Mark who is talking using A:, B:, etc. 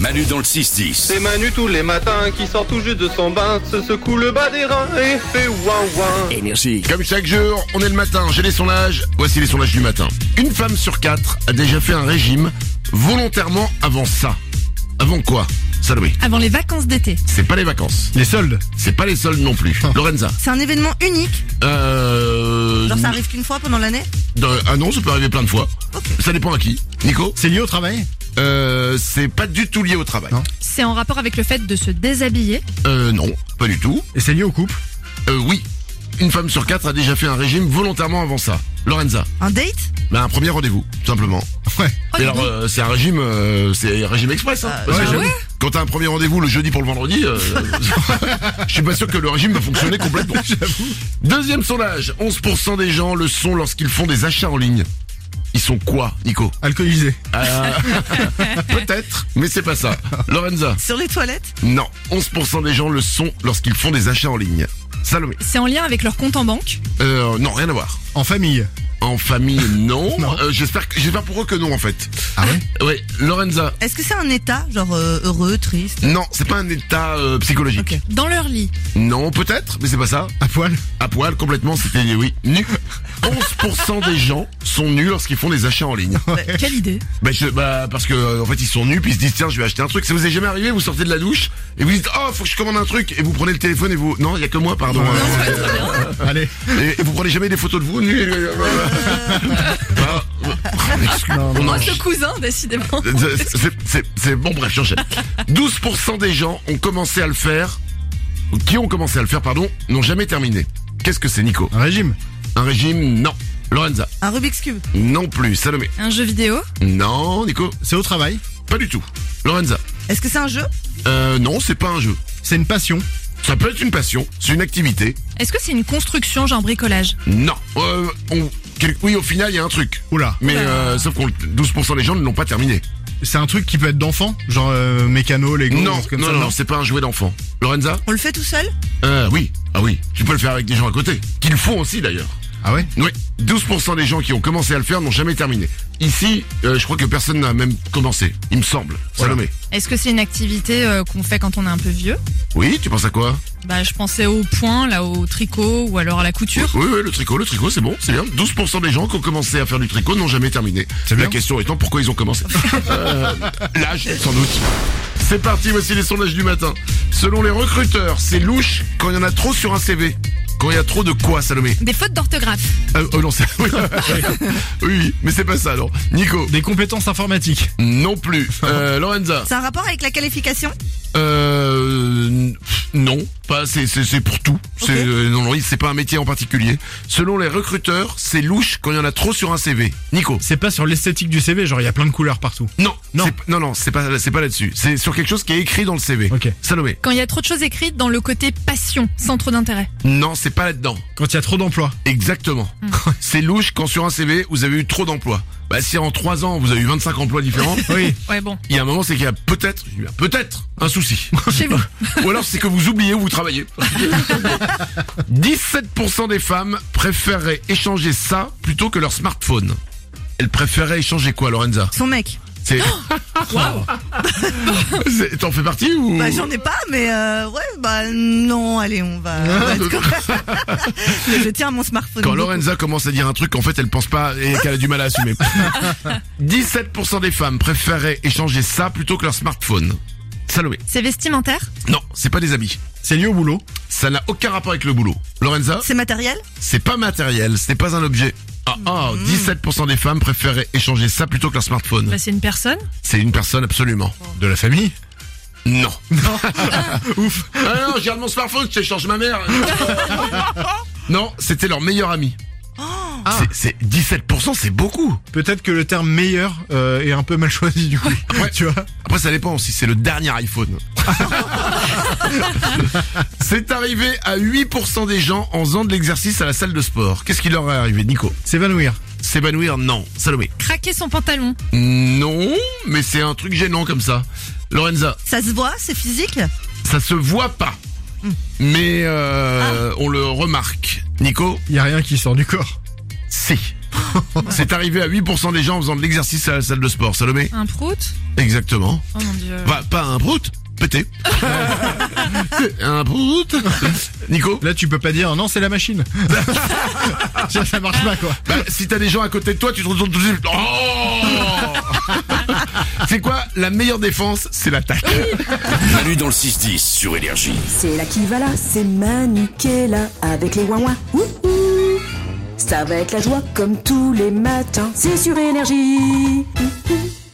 A: Manu dans le 6-10.
B: C'est Manu tous les matins qui sort tout juste de son bain, se secoue le bas des reins et fait ouin ouin.
A: Énergie.
C: Comme chaque jour, on est le matin, j'ai les sondages, voici les sondages du matin. Une femme sur quatre a déjà fait un régime volontairement avant ça. Avant quoi Salomé,
D: Avant les vacances d'été.
C: c'est pas les vacances,
E: Les soldes.
C: c'est pas les soldes non plus. Lorenza,
D: C'est un événement unique.
C: euh...
F: Mmh.
D: Genre ça arrive qu'une fois pendant l'année.
C: de- Ah non, ça peut arriver plein de fois. Ça dépend à qui. Nico,
E: C'est lié au travail
C: euh, c'est pas du tout lié au travail.
E: Non.
F: C'est en rapport avec le fait de se déshabiller.
C: Euh, non, pas du tout.
E: Et c'est lié au couple
C: Euh, oui, une femme sur quatre a déjà fait un régime volontairement avant ça. Lorenza,
D: Un date
C: ben un premier rendez-vous, tout simplement.
F: Oh,
E: Ouais.
C: Et
F: dis
C: alors,
F: donc.
C: euh, c'est un régime, euh, c'est un régime express. Hein, parce
E: ouais,
C: que
E: j'avoue.
C: j'avoue, Quand t'as un premier rendez-vous le jeudi pour le vendredi, euh, je suis pas sûr que le régime va fonctionner complètement. Deuxième sondage 11% des gens le sont lorsqu'ils font des achats en ligne. Ils sont quoi, Nico
E: Alcoolisé.
C: Peut-être, mais c'est pas ça. Lorenza
D: sur les toilettes.
C: Non. 11% des gens le sont lorsqu'ils font des achats en ligne. Salomé
F: C'est en lien avec leur compte en banque.
C: euh, Non, rien à voir.
E: En famille.
C: En famille, non.
E: Non.
C: Euh, j'espère, que- j'espère pour eux que non, en fait.
E: Ah ouais
C: Ouais, Lorenza.
D: Est-ce que c'est un état, genre euh, heureux, triste
C: Non, c'est pas un état euh, psychologique.
D: Ok.
F: Dans leur lit.
C: Non, peut-être, mais c'est pas ça.
E: À poil
C: À poil, complètement, c'était oui, nu. 11% des gens sont nus lorsqu'ils font des achats en ligne.
F: Quelle idée.
C: Bah, je- bah, parce que euh, en fait ils sont nus puis ils se disent tiens je vais acheter un truc. Ça vous est jamais arrivé Vous sortez de la douche et vous dites oh faut que je commande un truc et vous prenez le téléphone et vous non il y a que moi pardon. Euh,
E: Allez.
C: et, et vous prenez jamais des photos de vous nus. et- Bah, euh, excuse-
E: Non, non,
C: on en-
F: Moi, ce cousin, décidément.
C: C'est- c'est- c'est- C'est bon, bref, j'enchaîne. 12% des gens ont commencé à le faire, ou qui ont commencé à le faire, pardon, n'ont jamais terminé. Qu'est-ce que c'est, Nico
E: Un régime.
C: Un régime Non. Lorenza
D: Un Rubik's Cube
C: Non plus. Salomé
F: Un jeu vidéo.
C: Non. Nico
E: C'est au travail.
C: Pas du tout. Lorenza
D: Est-ce que c'est un jeu
C: Euh, non, c'est pas un jeu.
E: C'est une passion.
C: Ça peut être une passion, c'est une activité.
F: Est-ce que c'est une construction, genre bricolage
C: Non. Euh, on- quel- oui, au final, il y a un truc.
E: Oula.
C: Mais euh, sauf qu'on 12% des gens ne l'ont pas terminé.
E: C'est un truc qui peut être d'enfant Genre euh, mécano, Lego, des
C: Non,
E: trucs comme
C: non,
E: ça,
C: non, c'est pas un jouet d'enfant. Lorenza
D: On le fait tout seul
C: Euh, oui. Ah oui. Tu peux le faire avec des gens à côté. Qu'ils le font aussi, d'ailleurs.
E: Ah ouais
C: Oui, 12% des gens qui ont commencé à le faire n'ont jamais terminé. Ici, euh, je crois que personne n'a même commencé, il me semble.
E: Voilà.
C: Salomé.
F: Est-ce que c'est une activité euh, qu'on fait quand on est un peu vieux
C: Oui, tu penses à quoi
F: Bah, je pensais au point, là, au tricot ou alors à la couture.
C: Oui, oui, le tricot, le tricot, c'est bon, c'est bien. 12% des gens qui ont commencé à faire du tricot n'ont jamais terminé.
E: C'est
C: La
E: bien.
C: question étant pourquoi ils ont commencé. Euh, L'âge, sans doute. C'est parti, voici les sondages du matin. Selon les recruteurs, c'est louche quand il y en a trop sur un CV. Quand il y a trop de quoi, Salomé
F: Des fautes d'orthographe.
C: Ah, Oh non, c'est... Oui, oui, mais c'est pas ça, non. Nico,
E: Des compétences informatiques.
C: non plus. Euh, Lorenza
D: C'est un rapport avec la qualification
C: Euh, n- non, pas c'est c'est c'est pour tout. C'est euh, non non, c'est pas un métier en particulier. Selon les recruteurs, c'est louche quand il y en a trop sur un CV. Nico.
E: C'est pas sur l'esthétique du CV, genre il y a plein de couleurs partout.
C: Non,
E: Non.
C: c'est p- non non, c'est pas c'est pas là-dessus. C'est sur quelque chose qui est écrit dans le CV.
E: Ok.
C: Salomé.
F: Quand il y a trop de choses écrites dans le côté passion, sans trop d'intérêt.
C: Non, c'est pas là-dedans.
E: Quand il y a trop d'emplois.
C: Exactement.
E: Hmm.
C: c'est louche quand sur un CV, vous avez eu trop d'emplois. Bah si en 3 ans, vous avez eu 25 emplois différents,
E: Oui.
F: Ouais, bon.
C: il y a un moment c'est qu'il y a peut-être il y a peut-être un souci.
F: Chez vous.
C: Ou alors c'est que vous oubliez où vous travaillez. 17% des femmes préféreraient échanger ça plutôt que leur smartphone. Elles préféraient échanger quoi, Lorenza
D: Son mec
C: C'est.
F: Oh,
C: C'est- T'en fais partie ou
D: Bah j'en ai pas, mais euh, ouais, bah non, allez, on va... on va être correct. mais je tiens à mon smartphone.
C: Quand Lorenza commence à dire un truc qu'en fait elle pense pas et qu'elle a du mal à assumer. 17% des femmes préféraient échanger ça plutôt que leur smartphone. Salomé.
F: C'est vestimentaire.
C: Non, c'est pas des habits.
E: C'est lié au boulot.
C: Ça n'a aucun rapport avec le boulot. Lorenza
D: C'est matériel
C: C'est pas matériel, ce n'est pas un objet. Ah ah, 17% des femmes préféraient échanger ça plutôt que leur smartphone.
F: Bah, c'est une personne.
C: C'est une personne absolument.
E: De la famille.
C: Non. Ouf. Ah non, je garde mon smartphone, je t'échange ma mère. non, c'était leur meilleur ami. C'est c'est- 17%, c'est beaucoup.
E: Peut-être que le terme meilleur euh, est un peu mal choisi du coup.
C: Ouais.
E: Tu vois
C: Après, ça dépend si c'est le dernier iPhone. c'est arrivé à 8% des gens en faisant de l'exercice à la salle de sport. Qu'est-ce qui leur est arrivé, Nico
E: S'évanouir.
C: S'évanouir Non. Salomé
F: Craquer son pantalon.
C: Non, mais c'est un truc gênant comme ça. Lorenza,
D: Ça se voit C'est physique
C: ça se voit pas, mais euh, on le remarque. Nico,
E: Il y a rien qui sort du corps.
C: si. C'est arrivé à 8% des gens en faisant de l'exercice à la salle de sport. Salomé
F: Un prout
C: Exactement.
F: Oh mon dieu.
C: Bah, pas un prout, pété. un prout. Nico
E: Là, tu peux pas dire non, c'est la machine. ça, ça marche pas quoi.
C: Bah, si t'as des gens à côté de toi, tu te retournes tout de suite. Oh C'est quoi La meilleure défense, c'est l'attaque.
A: Manu dans le 6-10 sur Énergie.
G: C'est là qui va là, c'est Manu qui est là avec les ouin Wouhou Ça va être la joie comme tous les matins, c'est sur énergie. Ouhou.